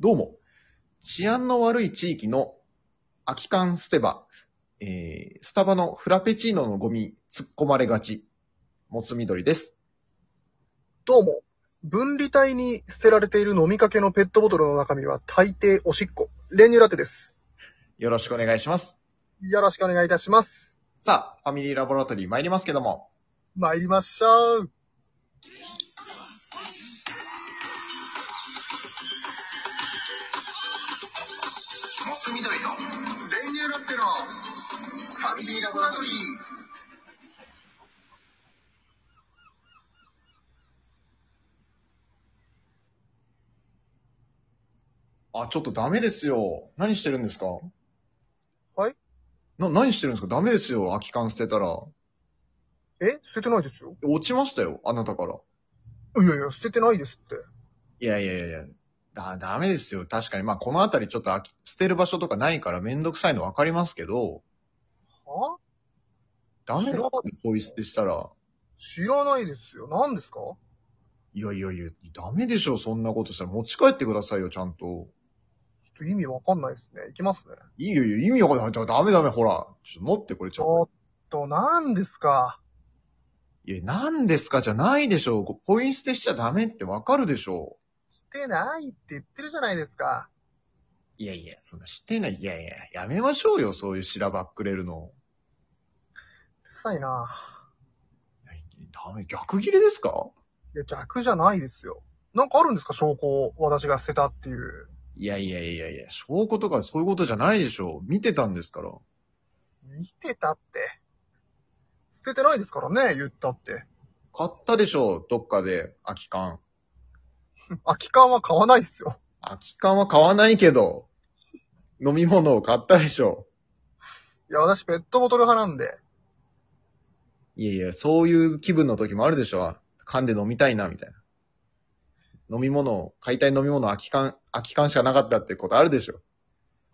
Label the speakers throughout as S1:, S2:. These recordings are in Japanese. S1: どうも、治安の悪い地域の空き缶捨て場、えー、スタバのフラペチーノのゴミ突っ込まれがち、モス緑です。
S2: どうも。分離帯に捨てられている飲みかけのペットボトルの中身は大抵おしっこ。練乳ラテです。
S1: よろしくお願いします。
S2: よろしくお願いいたします。
S1: さあ、ファミリーラボラトリー参りますけども、
S2: 参りましょう。
S3: モス緑の練乳ラッテのファミリーラボラトリー。
S1: あ、ちょっとダメですよ。何してるんですか
S2: はい
S1: な、何してるんですかダメですよ、空き缶捨てたら。
S2: え捨ててないですよ。
S1: 落ちましたよ、あなたから。
S2: いやいや、捨ててないですって。
S1: いやいやいやいや。だ、ダメですよ。確かに。まあ、この辺りちょっと空き捨てる場所とかないからめんどくさいのわかりますけど、
S2: は
S1: ダメだ
S2: 知らな
S1: よ
S2: かっ、
S1: ポイ捨てしたら。
S2: 知らないですよ。何ですか
S1: いやいやいや、ダメでしょ、そんなことしたら。持ち帰ってくださいよ、ちゃんと。
S2: ちょっと意味わかんないですね。いきますね。
S1: いいよ、いいよ意味わかんない。だダメダメ、ほら。ちょっと持ってこれち
S2: ち
S1: ゃんと。
S2: ょっと、何ですか
S1: いや、何ですかじゃないでしょ。こポイ捨てしちゃダメってわかるでしょ。
S2: してないって言ってるじゃないですか。
S1: いやいや、そんなしてない。いやいや、やめましょうよ、そういうしらばっくれるの。
S2: うるさいない
S1: やダメ、逆切れですか
S2: いや、逆じゃないですよ。なんかあるんですか証拠を私が捨てたっていう。
S1: いやいやいやいや、証拠とかそういうことじゃないでしょう。見てたんですから。
S2: 見てたって。捨ててないですからね、言ったって。
S1: 買ったでしょう、どっかで、空き缶。
S2: 空き缶は買わないですよ。
S1: 空き缶は買わないけど、飲み物を買ったでしょ
S2: いや、私ペットボトル派なんで。
S1: う。いやいや、そういう気分の時もあるでしょう。缶で飲みたいな、みたいな。飲み物を、買いたい飲み物空き缶、空き缶しかなかったってことあるでしょ。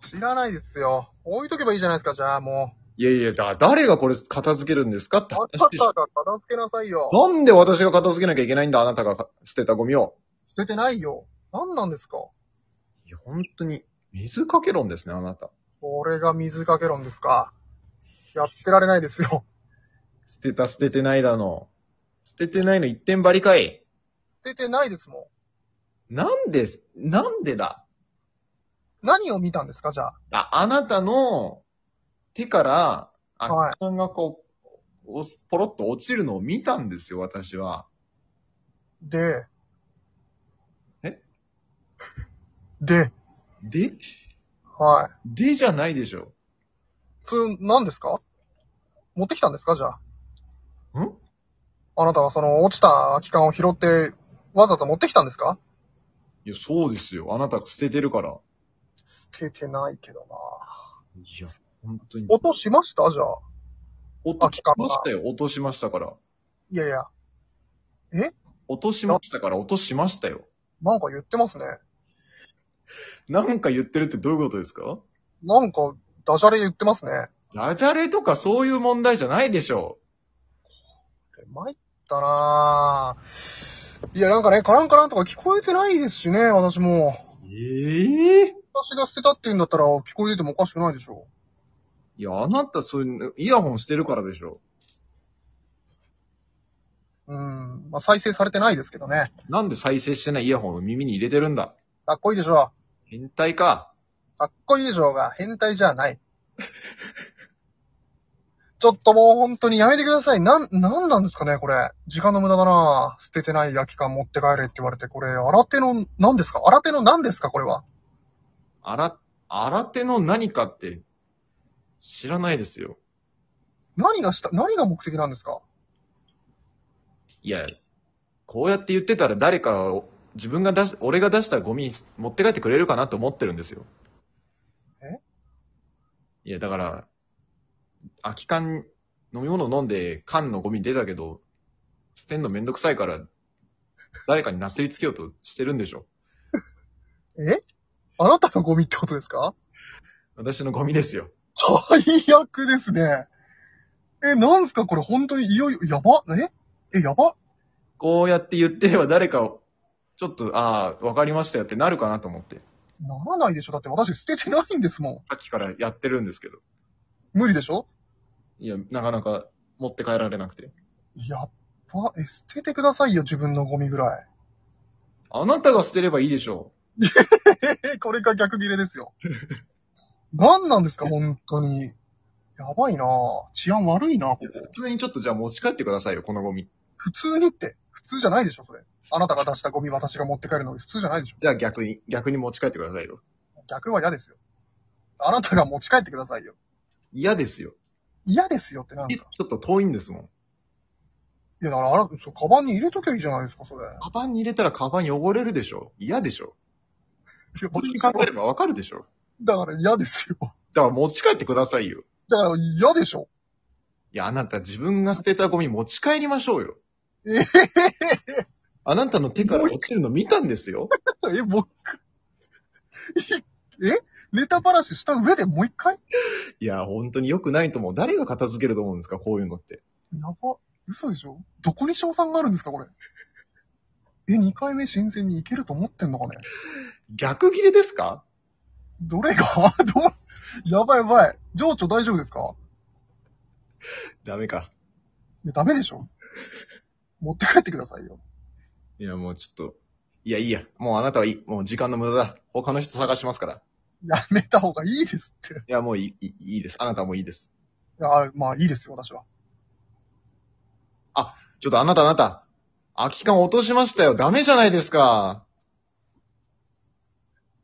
S2: 知らないですよ。置いとけばいいじゃないですか、じゃあも
S1: いやいや、だ、誰がこれ片付けるんですかって
S2: う。あっ
S1: 話
S2: たっ
S1: でしょ。
S2: たから片付けなさいよ。
S1: なんで私が片付けなきゃいけないんだ、あなたがか捨てたゴミを。
S2: 捨ててないよ。何なんですか
S1: いや、本当に、水かけ論ですね、あなた。
S2: これが水かけ論ですか。やってられないですよ。
S1: 捨てた捨ててないだの。捨ててないの一点張りかい。
S2: 捨ててないですも
S1: なんで、なんでだ
S2: ん。何を見たんですか、じゃあ。
S1: あ、あなたの手から、あ、
S2: はい
S1: 時間がこう、おすポロッと落ちるのを見たんですよ、私は。
S2: で。
S1: え
S2: で、
S1: で、
S2: はい。
S1: でじゃないでしょ。
S2: それ、何ですか持ってきたんですかじゃあ。
S1: ん
S2: あなたはその落ちた空き缶を拾って、わざわざ持ってきたんですか
S1: いや、そうですよ。あなたが捨ててるから。
S2: 捨ててないけどな。
S1: いや、本当に。
S2: 音しましたじゃあ。
S1: 落としましたよ、落としましたから。
S2: いやいや。
S1: 落としましたから、落としましたよ。
S2: なんか言ってますね。
S1: なんか言ってるってどういうことですか
S2: なんか、ダジャレ言ってますね。
S1: ダジャレとかそういう問題じゃないでしょう。
S2: 参ったなぁ。いや、なんかね、カランカランとか聞こえてないですしね、私も。
S1: ええ
S2: 私が捨てたって言うんだったら、聞こえててもおかしくないでしょ
S1: いや、あなた、そういう、イヤホンしてるからでしょ。
S2: う。うん。まあ、再生されてないですけどね。
S1: なんで再生してないイヤホンを耳に入れてるんだ
S2: かっこいいでしょ
S1: 変態か。
S2: かっこいいでしょうが、変態じゃない。 ちょっともう本当にやめてください。なん、なんなんですかね、これ。時間の無駄だなぁ捨ててない空き缶持って帰れって言われて、これ、新手の、何ですか新手の何ですかこれは。
S1: あら、新手の何かって、知らないですよ。
S2: 何がした、何が目的なんですか
S1: いや、こうやって言ってたら誰かを、自分が出し、俺が出したゴミ持って帰ってくれるかなと思ってるんですよ。
S2: え
S1: いや、だから、空き缶、飲み物飲んで缶のゴミ出たけど、捨てんのめんどくさいから、誰かになすりつけようとしてるんでしょ。
S2: えあなたのゴミってことですか
S1: 私のゴミですよ。
S2: 最悪ですね。え、なんすかこれ本当にいよいよ、やばええ、やば
S1: こうやって言ってれば誰かを、ちょっと、ああ、わかりましたよってなるかなと思って。
S2: ならないでしょだって私捨ててないんですも
S1: さっきからやってるんですけど。
S2: ん。無理でしょ
S1: いや、なかなか持って帰られなくて。
S2: やっぱ、え、捨ててくださいよ、自分のゴミぐらい。
S1: あなたが捨てればいいでしょ
S2: えーこれが逆切れで すよ。何なんですか、本当に。やばいなぁ治安悪いなぁここ
S1: う。普通にちょっとじゃあ持ち帰ってくださいよ、このゴミ。
S2: 普通にって。普通じゃないでしょ、それ。あなたが出したゴミ私が持って帰るのに普通じゃないでしょ。
S1: じゃあ逆に、逆に持ち帰ってくださいよ。
S2: 逆は嫌ですよ。あなたが持ち帰ってくださいよ。
S1: 嫌ですよ。
S2: 嫌ですよってなん
S1: え
S2: です
S1: ち
S2: か。
S1: ょっと遠いんですもん。
S2: いや、だからあら、そう、カバンに入れときゃいいじゃないですか、それ。
S1: カバンに入れたらカバン汚れるでしょ嫌でしょこっちに考えればわかるでしょ
S2: だから嫌ですよ。
S1: だから持ち帰ってくださいよ。
S2: だから嫌でしょ。
S1: いや、あなた自分が捨てたゴミ持ち帰りましょうよ。
S2: えへへへ
S1: あなたの手から落ちるの見たんですよ。
S2: え、僕。えネタばらしした上でもう一回
S1: いや、本当に良くないと思う。誰が片付けると思うんですかこういうのって。
S2: やば。嘘でしょどこに賞賛があるんですか、これ。 え、二回目新鮮に行けると思ってんのかね
S1: 逆切れですか
S2: どれが どうやばいやばい。情緒大丈夫ですか
S1: ダメか。
S2: いや、ダメでしょ持って帰ってくださいよ。
S1: いや、もうちょっと。いや、いいや。もうあなたはいい。もう時間の無駄だ。他の人探しますから。
S2: やめた方がいいですって。
S1: いや、もういい、いいいいです。あなたもいいです。
S2: いや、まあいいですよ、私は。
S1: ちょっとあなたあなた。空き缶落としましたよ。ダメじゃないですか。